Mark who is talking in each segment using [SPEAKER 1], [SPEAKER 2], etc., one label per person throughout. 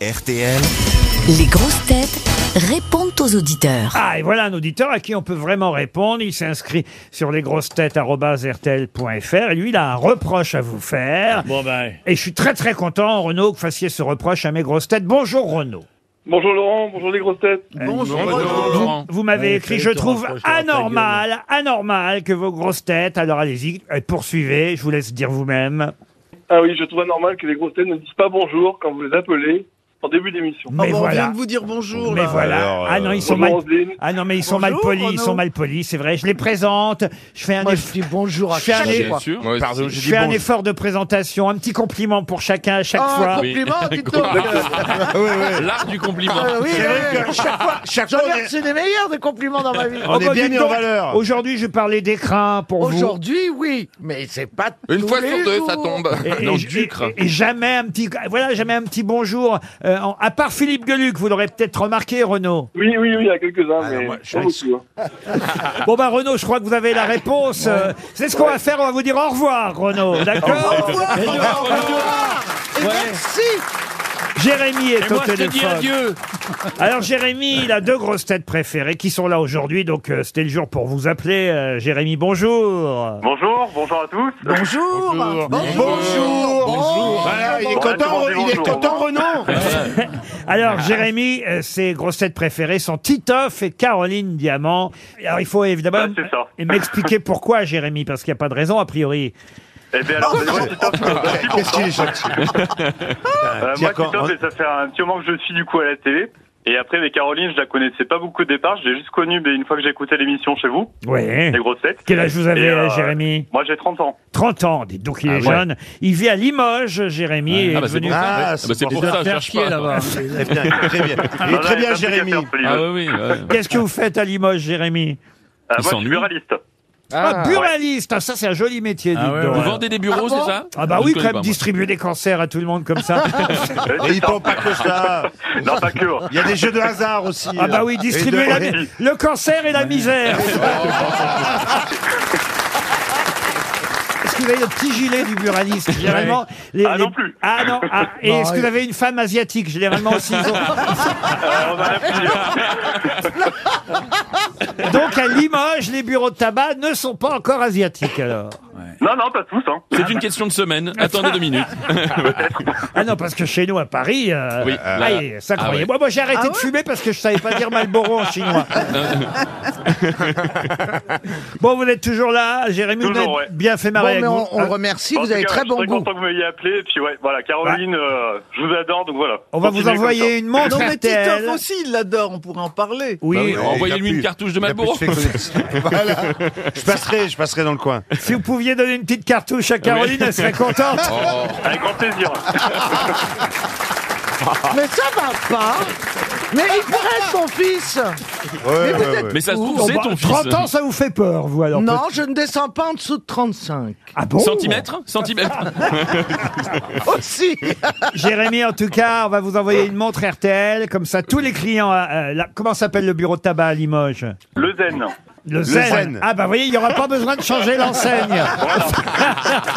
[SPEAKER 1] RTL.
[SPEAKER 2] Les grosses têtes répondent aux auditeurs.
[SPEAKER 3] Ah, et voilà un auditeur à qui on peut vraiment répondre. Il s'est inscrit sur lesgrossetêtes.rtl.fr et lui, il a un reproche à vous faire.
[SPEAKER 4] Bon ben.
[SPEAKER 3] Et je suis très très content, Renaud, que vous fassiez ce reproche à mes grosses têtes. Bonjour Renaud.
[SPEAKER 5] Bonjour Laurent, bonjour les grosses têtes.
[SPEAKER 4] Bonjour, ben, Laurent.
[SPEAKER 3] Vous m'avez
[SPEAKER 4] Ouais,
[SPEAKER 3] écrit,
[SPEAKER 4] fais
[SPEAKER 3] je
[SPEAKER 4] ton
[SPEAKER 3] trouve
[SPEAKER 4] reproche, alors, ta
[SPEAKER 3] anormal, anormal que vos grosses têtes, alors allez-y, euh, poursuivez, je vous laisse dire vous-même.
[SPEAKER 6] Oh,
[SPEAKER 5] Ah oui, je trouve anormal que les grosses têtes ne disent pas bonjour quand vous les appelez en début d'émission.
[SPEAKER 3] Mais
[SPEAKER 6] Oh, bah, On
[SPEAKER 3] voilà.
[SPEAKER 6] vient de vous dire bonjour.
[SPEAKER 3] Mais
[SPEAKER 6] là.
[SPEAKER 3] voilà.
[SPEAKER 1] Alors,
[SPEAKER 3] ah non, ils sont mal.
[SPEAKER 5] Bonjour Roselyne.
[SPEAKER 3] Ah non, mais ils sont mal
[SPEAKER 6] Bonjour,
[SPEAKER 3] polis, ils
[SPEAKER 6] Renaud.
[SPEAKER 3] sont mal polis, c'est vrai. Je les présente, je fais un
[SPEAKER 6] Moi,
[SPEAKER 3] eff-
[SPEAKER 6] je dis bonjour à
[SPEAKER 3] Je fais un
[SPEAKER 6] chaque
[SPEAKER 3] effort.
[SPEAKER 6] fois.
[SPEAKER 4] sûr.
[SPEAKER 1] Pardon,
[SPEAKER 3] je
[SPEAKER 1] j'ai dit
[SPEAKER 3] fais un
[SPEAKER 1] bonjour.
[SPEAKER 3] effort de présentation, un petit compliment pour chacun à chaque
[SPEAKER 6] Ah,
[SPEAKER 3] fois.
[SPEAKER 6] compliment, dites donc.
[SPEAKER 4] L'art du compliment.
[SPEAKER 6] Ah, oui,
[SPEAKER 1] C'est vrai
[SPEAKER 6] oui.
[SPEAKER 1] que chaque
[SPEAKER 3] Ah,
[SPEAKER 1] fois, chaque
[SPEAKER 6] J'en
[SPEAKER 1] fois,
[SPEAKER 6] ai
[SPEAKER 1] on est-
[SPEAKER 6] reçu des meilleurs des compliments dans ma vie. Oh,
[SPEAKER 1] on est
[SPEAKER 3] bah,
[SPEAKER 1] bien
[SPEAKER 3] dites
[SPEAKER 1] mis en
[SPEAKER 3] donc,
[SPEAKER 1] valeur.
[SPEAKER 3] Aujourd'hui, je parlais d'écran pour vous.
[SPEAKER 6] Aujourd'hui, oui, mais c'est pas
[SPEAKER 7] Une
[SPEAKER 6] tous
[SPEAKER 7] fois
[SPEAKER 6] les
[SPEAKER 7] sur deux,
[SPEAKER 6] jours.
[SPEAKER 7] ça tombe.
[SPEAKER 3] Et,
[SPEAKER 4] Ah, Non,
[SPEAKER 3] et-
[SPEAKER 4] du
[SPEAKER 3] et-
[SPEAKER 4] crin.
[SPEAKER 3] et jamais un petit, voilà, jamais un petit bonjour. euh, en- à part Philippe Gueluc, vous l'aurez peut-être remarqué, Renaud.
[SPEAKER 5] Oui, oui, oui, il y a
[SPEAKER 3] Ah,
[SPEAKER 5] quelques-uns, mais
[SPEAKER 1] moi, je
[SPEAKER 5] pas
[SPEAKER 1] suis
[SPEAKER 5] beaucoup. hein.
[SPEAKER 3] Bon bah Renaud, je crois que vous avez la réponse. euh, C'est ce qu'on va faire. On va vous dire au revoir, Renaud.
[SPEAKER 6] Au
[SPEAKER 3] D'accord.
[SPEAKER 6] revoir, au revoir. Et
[SPEAKER 3] Ouais.
[SPEAKER 6] merci.
[SPEAKER 3] Jérémy est
[SPEAKER 4] Et
[SPEAKER 3] au
[SPEAKER 4] moi, je te dis
[SPEAKER 3] téléphone.
[SPEAKER 4] adieu.
[SPEAKER 3] Alors Jérémy, il a deux grosses têtes préférées qui sont là aujourd'hui, donc euh, c'était le jour pour vous appeler. Euh, Jérémy, bonjour.
[SPEAKER 5] Bonjour, bonjour à tous.
[SPEAKER 6] Bonjour. Bonjour. Bonjour.
[SPEAKER 1] Voilà, il est
[SPEAKER 5] Bon,
[SPEAKER 1] content,
[SPEAKER 5] bon,
[SPEAKER 1] il est
[SPEAKER 5] bon,
[SPEAKER 1] content,
[SPEAKER 5] bon.
[SPEAKER 1] Renaud.
[SPEAKER 3] Alors Jérémy, euh, ses grosses têtes préférées sont Titoff et Caroline Diamant. Alors il faut évidemment
[SPEAKER 5] Ah, c'est ça.
[SPEAKER 3] et m'expliquer pourquoi Jérémy, parce qu'il n'y a pas de raison a priori.
[SPEAKER 5] Eh bien alors, moi, Titoff, merci
[SPEAKER 1] Ah,
[SPEAKER 5] pour
[SPEAKER 1] bah, Qu'est-ce
[SPEAKER 5] ça.
[SPEAKER 1] qu'il est gentil.
[SPEAKER 5] Euh,
[SPEAKER 1] Tiens,
[SPEAKER 5] moi,
[SPEAKER 1] quand-
[SPEAKER 5] Titoff, et ça fait un petit moment que je suis du coup à la télé. Et après, mais Caroline, je la connaissais pas beaucoup au départ. Je l'ai juste connue mais une fois que j'écoutais l'émission chez vous,
[SPEAKER 3] Ouais.
[SPEAKER 5] les grosses têtes.
[SPEAKER 3] Hein Quel âge vous avez,
[SPEAKER 5] Et, euh,
[SPEAKER 3] euh, Jérémy
[SPEAKER 5] Moi, j'ai 30 ans.
[SPEAKER 3] 30 ans, dites donc il est
[SPEAKER 4] Ah ouais.
[SPEAKER 3] jeune. Il vit à Limoges, Jérémy. et
[SPEAKER 4] Ah
[SPEAKER 3] est
[SPEAKER 4] bah c'est
[SPEAKER 3] devenu-
[SPEAKER 4] pour ça.
[SPEAKER 1] Ah,
[SPEAKER 4] Ah, bah, c'est pour ça, je cherche pas.
[SPEAKER 6] là-bas.
[SPEAKER 1] Très bien, il est très bien. Il est
[SPEAKER 5] Non,
[SPEAKER 1] très
[SPEAKER 5] non,
[SPEAKER 1] bien,
[SPEAKER 5] il y a plein de trucs à
[SPEAKER 1] Jérémy.
[SPEAKER 5] faire pour les
[SPEAKER 4] Ah
[SPEAKER 5] jeunes.
[SPEAKER 4] oui, oui. ouais.
[SPEAKER 3] Qu'est-ce que vous faites à Limoges, Jérémy
[SPEAKER 5] Euh,
[SPEAKER 4] Il
[SPEAKER 5] Moi, je
[SPEAKER 4] s'ennuie.
[SPEAKER 5] suis buraliste.
[SPEAKER 3] ah, Buraliste, ah, ça c'est un joli métier, dites donc.
[SPEAKER 4] Vous vendez des bureaux, c'est ça
[SPEAKER 3] Ah bah
[SPEAKER 4] Je
[SPEAKER 3] oui,
[SPEAKER 4] connais
[SPEAKER 3] quand même,
[SPEAKER 4] pas, moi.
[SPEAKER 3] distribuer des cancers à tout le monde comme ça.
[SPEAKER 5] Euh,
[SPEAKER 1] Et
[SPEAKER 5] c'est
[SPEAKER 1] ils
[SPEAKER 5] ça.
[SPEAKER 1] font pas que ça.
[SPEAKER 5] Non, pas que. hein.
[SPEAKER 1] Il y a des jeux de hasard aussi. hein.
[SPEAKER 3] ah bah oui, distribuer
[SPEAKER 1] Et de-
[SPEAKER 3] la mi- le cancer et la misère. Est-ce que vous avez le petit gilet du buraliste Généralement, les,
[SPEAKER 5] Ah, non
[SPEAKER 3] les-
[SPEAKER 5] plus.
[SPEAKER 3] Ah non. ah, et
[SPEAKER 6] Non,
[SPEAKER 3] est-ce que
[SPEAKER 6] oui.
[SPEAKER 3] vous avez une femme asiatique Généralement aussi. ils ont-
[SPEAKER 5] Euh, on en a plusieurs.
[SPEAKER 3] Donc à Limoges, les bureaux de tabac ne sont pas encore asiatiques alors.
[SPEAKER 5] Non, non, pas tous. Hein.
[SPEAKER 4] C'est une question de semaine.
[SPEAKER 3] bah.
[SPEAKER 4] Attendez deux minutes.
[SPEAKER 3] Ah non, parce que chez nous à Paris, euh,
[SPEAKER 4] Oui,
[SPEAKER 3] ah,
[SPEAKER 4] là, là.
[SPEAKER 3] et ça
[SPEAKER 4] Ah
[SPEAKER 3] croyez.
[SPEAKER 4] ouais.
[SPEAKER 3] Moi, moi, j'ai arrêté de fumer parce que je savais pas dire Malboro en chinois.
[SPEAKER 4] Euh,
[SPEAKER 3] bon, vous êtes toujours là, Jérémy. vous
[SPEAKER 5] Toujours,
[SPEAKER 3] m'avez
[SPEAKER 5] ouais.
[SPEAKER 3] bien fait
[SPEAKER 6] Bon,
[SPEAKER 3] marrer
[SPEAKER 6] mais
[SPEAKER 3] avec
[SPEAKER 6] on,
[SPEAKER 3] vous.
[SPEAKER 6] on le
[SPEAKER 3] Ah,
[SPEAKER 6] remercie,
[SPEAKER 5] En
[SPEAKER 6] vous
[SPEAKER 5] tout
[SPEAKER 6] avez
[SPEAKER 5] cas,
[SPEAKER 6] très
[SPEAKER 5] Je suis
[SPEAKER 6] bon
[SPEAKER 5] très
[SPEAKER 6] goût.
[SPEAKER 5] content que vous m'ayez appelé. Et puis, ouais, voilà, Caroline,
[SPEAKER 1] Bah.
[SPEAKER 5] euh, je vous adore. Donc voilà.
[SPEAKER 3] on va vous
[SPEAKER 5] Continuez
[SPEAKER 3] envoyer une montre
[SPEAKER 6] Oh, Non, mais
[SPEAKER 3] RTL.
[SPEAKER 6] Titoff aussi, il l'adore, on pourrait en parler.
[SPEAKER 3] Oui,
[SPEAKER 4] Bah oui,
[SPEAKER 1] il a
[SPEAKER 4] Envoyez-lui
[SPEAKER 1] plus-
[SPEAKER 4] une cartouche de
[SPEAKER 1] il a plus
[SPEAKER 4] Marlboro.
[SPEAKER 1] fait connaître. Voilà. Je passerai, je passerai dans le coin.
[SPEAKER 3] si vous pouviez donner une petite cartouche à Caroline, elle serait contente.
[SPEAKER 5] comme ça. Avec grand plaisir.
[SPEAKER 6] Mais ça va pas. Mais il pourrait être son fils.
[SPEAKER 1] Ouais,
[SPEAKER 6] vous
[SPEAKER 1] ouais,
[SPEAKER 6] êtes-
[SPEAKER 1] ouais.
[SPEAKER 4] Mais ça se trouve,
[SPEAKER 3] Oh,
[SPEAKER 4] c'est
[SPEAKER 3] bah,
[SPEAKER 4] ton fils.
[SPEAKER 3] 30 ans, ça vous fait peur, vous alors
[SPEAKER 6] Non,
[SPEAKER 3] peut-être.
[SPEAKER 6] je ne descends pas en dessous de 35.
[SPEAKER 3] Ah bon
[SPEAKER 4] Centimètres Centimètres
[SPEAKER 6] Aussi.
[SPEAKER 3] Jérémy, en tout cas, on va vous envoyer une montre RTL. Comme ça, tous les clients. à- à la- comment s'appelle le bureau de tabac à Limoges
[SPEAKER 5] Le zen.
[SPEAKER 3] Le zen.
[SPEAKER 1] zen.
[SPEAKER 3] Ah bah vous voyez, il n'y aura pas besoin de changer l'enseigne.
[SPEAKER 5] Voilà.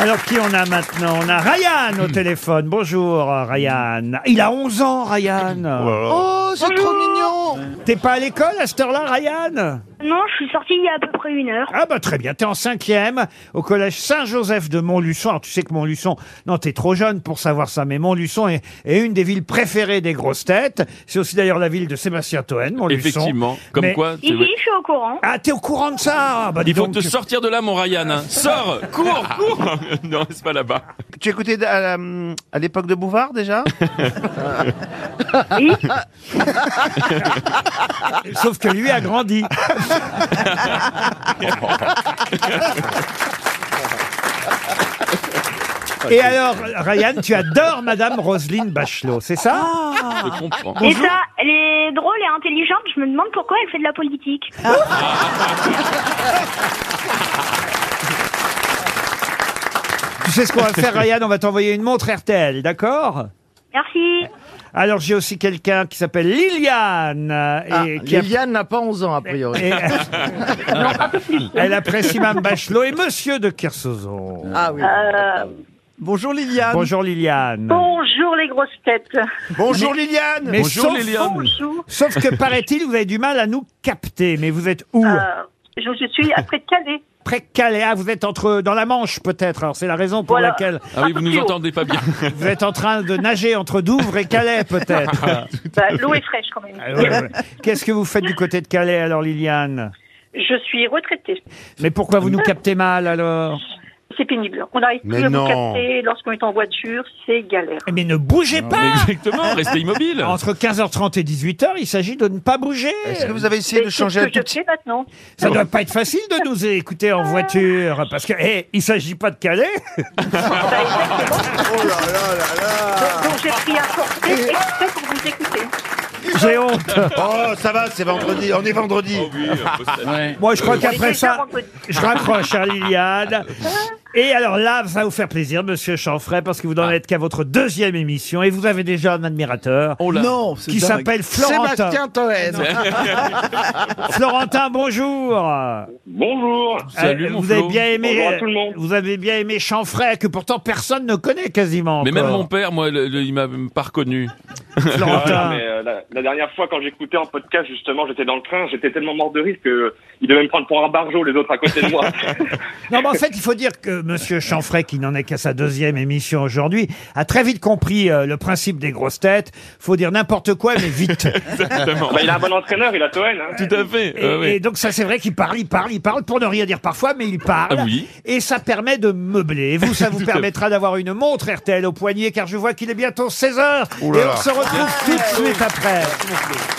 [SPEAKER 3] Alors qui on a maintenant On a Ryan au téléphone. Bonjour euh, Ryan. Il a 11 ans
[SPEAKER 1] Oh
[SPEAKER 3] Ryan.
[SPEAKER 1] là là.
[SPEAKER 6] Oh, c'est trop mignon.
[SPEAKER 3] T'es pas à l'école à cette heure-là Ryan
[SPEAKER 8] Non, je suis sortie il y a à peu près une heure.
[SPEAKER 3] Ah bah très bien, t'es en cinquième au collège Saint-Joseph de Montluçon. Alors tu sais que Montluçon, non t'es trop jeune pour savoir ça, mais Montluçon est, est une des villes préférées des grosses têtes. C'est aussi d'ailleurs la ville de Sébastien Toen, Montluçon.
[SPEAKER 4] Effectivement. Comme
[SPEAKER 3] Oh, Mais-
[SPEAKER 4] quoi. t'es-
[SPEAKER 8] Ici, je suis au courant.
[SPEAKER 3] Ah t'es au courant de ça Ah, bah, dis
[SPEAKER 4] Il faut
[SPEAKER 3] donc. Ah.
[SPEAKER 4] te sortir de là, mon Ryan. hein. Sors Cours Cours Non, c'est pas là-bas.
[SPEAKER 6] Tu écoutais à, l'époque de Bouvard déjà
[SPEAKER 8] Oui,
[SPEAKER 3] Sauf que lui a grandi. Et alors, Ryan, tu adores Madame Roselyne Bachelot, c'est ça
[SPEAKER 4] Je comprends.
[SPEAKER 8] et ça, elle est drôle et intelligente. Je me demande pourquoi elle fait de la politique.
[SPEAKER 3] Tu sais ce qu'on va faire, Ryan On va t'envoyer une montre RTL, d'accord
[SPEAKER 8] Merci.
[SPEAKER 3] Alors, j'ai aussi quelqu'un qui s'appelle Liliane. euh, Et qui a-
[SPEAKER 6] Ah, Liliane n'a pas 11 ans a priori.
[SPEAKER 3] et- elle apprécie Madame Bachelot et Monsieur de Kersozo.
[SPEAKER 6] Ah oui.
[SPEAKER 8] Euh,
[SPEAKER 6] Bonjour Liliane.
[SPEAKER 3] Bonjour Liliane.
[SPEAKER 7] Bonjour les grosses têtes.
[SPEAKER 1] Bonjour Liliane
[SPEAKER 3] Mais
[SPEAKER 4] Bonjour,
[SPEAKER 3] sauf,
[SPEAKER 4] Liliane.
[SPEAKER 7] Bonjour.
[SPEAKER 3] sauf que paraît-il, vous avez du mal à nous capter. Mais vous êtes où
[SPEAKER 7] Euh, je, je suis après Calais.
[SPEAKER 3] Près de Calais. Ah, vous êtes entre dans la Manche peut-être. Alors c'est la raison pour
[SPEAKER 7] Voilà.
[SPEAKER 3] laquelle
[SPEAKER 4] Ah oui, vous nous entendez pas bien.
[SPEAKER 3] vous êtes en train de nager entre Douvres et Calais peut-être.
[SPEAKER 1] Ah.
[SPEAKER 7] Bah, L'eau est fraîche quand même.
[SPEAKER 3] Ah ouais, ouais. Qu'est-ce que vous faites du côté de Calais alors, Liliane
[SPEAKER 7] Je suis retraitée.
[SPEAKER 3] Mais pourquoi vous nous captez mal alors
[SPEAKER 7] C'est pénible. On n'arrive
[SPEAKER 1] Mais
[SPEAKER 7] plus à vous
[SPEAKER 1] non.
[SPEAKER 7] capter lorsqu'on est en voiture. C'est galère.
[SPEAKER 3] Mais Eh ne bougez
[SPEAKER 4] Mais
[SPEAKER 3] pas
[SPEAKER 4] exactement, restez immobile.
[SPEAKER 3] Entre 15h30 et 18h, il s'agit de ne pas bouger.
[SPEAKER 1] Est-ce que vous avez essayé
[SPEAKER 7] Mais
[SPEAKER 1] de
[SPEAKER 7] c'est
[SPEAKER 1] changer
[SPEAKER 7] ce
[SPEAKER 1] un
[SPEAKER 7] que
[SPEAKER 1] tout
[SPEAKER 7] je
[SPEAKER 1] petit
[SPEAKER 7] fais maintenant.
[SPEAKER 3] Ça doit pas être facile de nous écouter en voiture, parce que hé, il s'agit pas de Calais.
[SPEAKER 7] Bah, exactement.
[SPEAKER 8] Ah.
[SPEAKER 7] Donc, donc j'ai pris un forfait exprès pour vous écouter.
[SPEAKER 3] J'ai honte.
[SPEAKER 1] Oh, ça va, c'est vendredi, on est vendredi.
[SPEAKER 3] Moi, je crois
[SPEAKER 7] On est
[SPEAKER 3] qu'après
[SPEAKER 7] déjà
[SPEAKER 3] ça,
[SPEAKER 7] vendredi.
[SPEAKER 3] je raccroche à Liliane. Et alors là, ça va vous faire plaisir, Monsieur Chanfray, parce que vous
[SPEAKER 5] Ah.
[SPEAKER 3] n'en êtes qu'à votre deuxième émission et vous avez déjà un admirateur
[SPEAKER 6] Non, c'est
[SPEAKER 3] qui
[SPEAKER 6] dingue.
[SPEAKER 3] s'appelle Florentin.
[SPEAKER 9] Sébastien Toen.
[SPEAKER 3] Florentin, bonjour.
[SPEAKER 5] Bonjour
[SPEAKER 4] Salut,
[SPEAKER 3] Euh,
[SPEAKER 4] mon
[SPEAKER 3] vous avez
[SPEAKER 4] Flo.
[SPEAKER 3] bien aimé,
[SPEAKER 5] Bonjour à tout le monde.
[SPEAKER 3] vous avez bien aimé Chanfray que pourtant personne ne connaît quasiment.
[SPEAKER 4] Mais
[SPEAKER 3] encore.
[SPEAKER 4] même mon père, moi, le- le- il m'a même pas reconnu.
[SPEAKER 5] Voilà,
[SPEAKER 3] Florentin.
[SPEAKER 5] mais, euh, la, la dernière fois, quand j'écoutais en podcast, justement, j'étais dans le train, j'étais tellement mort de rire que euh, il devait me prendre pour un barjot, les autres à côté de moi.
[SPEAKER 3] Non, mais en fait, il faut dire que Monsieur Chanfray, qui n'en est qu'à sa deuxième émission aujourd'hui, a très vite compris euh, le principe des grosses têtes. Faut dire n'importe quoi, mais vite.
[SPEAKER 4] Exactement.
[SPEAKER 5] Bah, il a un bon entraîneur, il a Toen. hein.
[SPEAKER 4] Tout à fait. Ah
[SPEAKER 3] Et,
[SPEAKER 4] ouais, ouais.
[SPEAKER 3] et donc ça, c'est vrai qu'il parle, il parle, il parle pour ne rien dire parfois, mais il parle.
[SPEAKER 4] Ah oui.
[SPEAKER 3] Et ça permet de meubler. Et vous, ça vous
[SPEAKER 4] Tout à
[SPEAKER 3] permettra d'avoir une montre
[SPEAKER 4] Ah
[SPEAKER 3] RTL au poignet, car je vois qu'il est bientôt 16 h Et on se retrouve tout de suite après.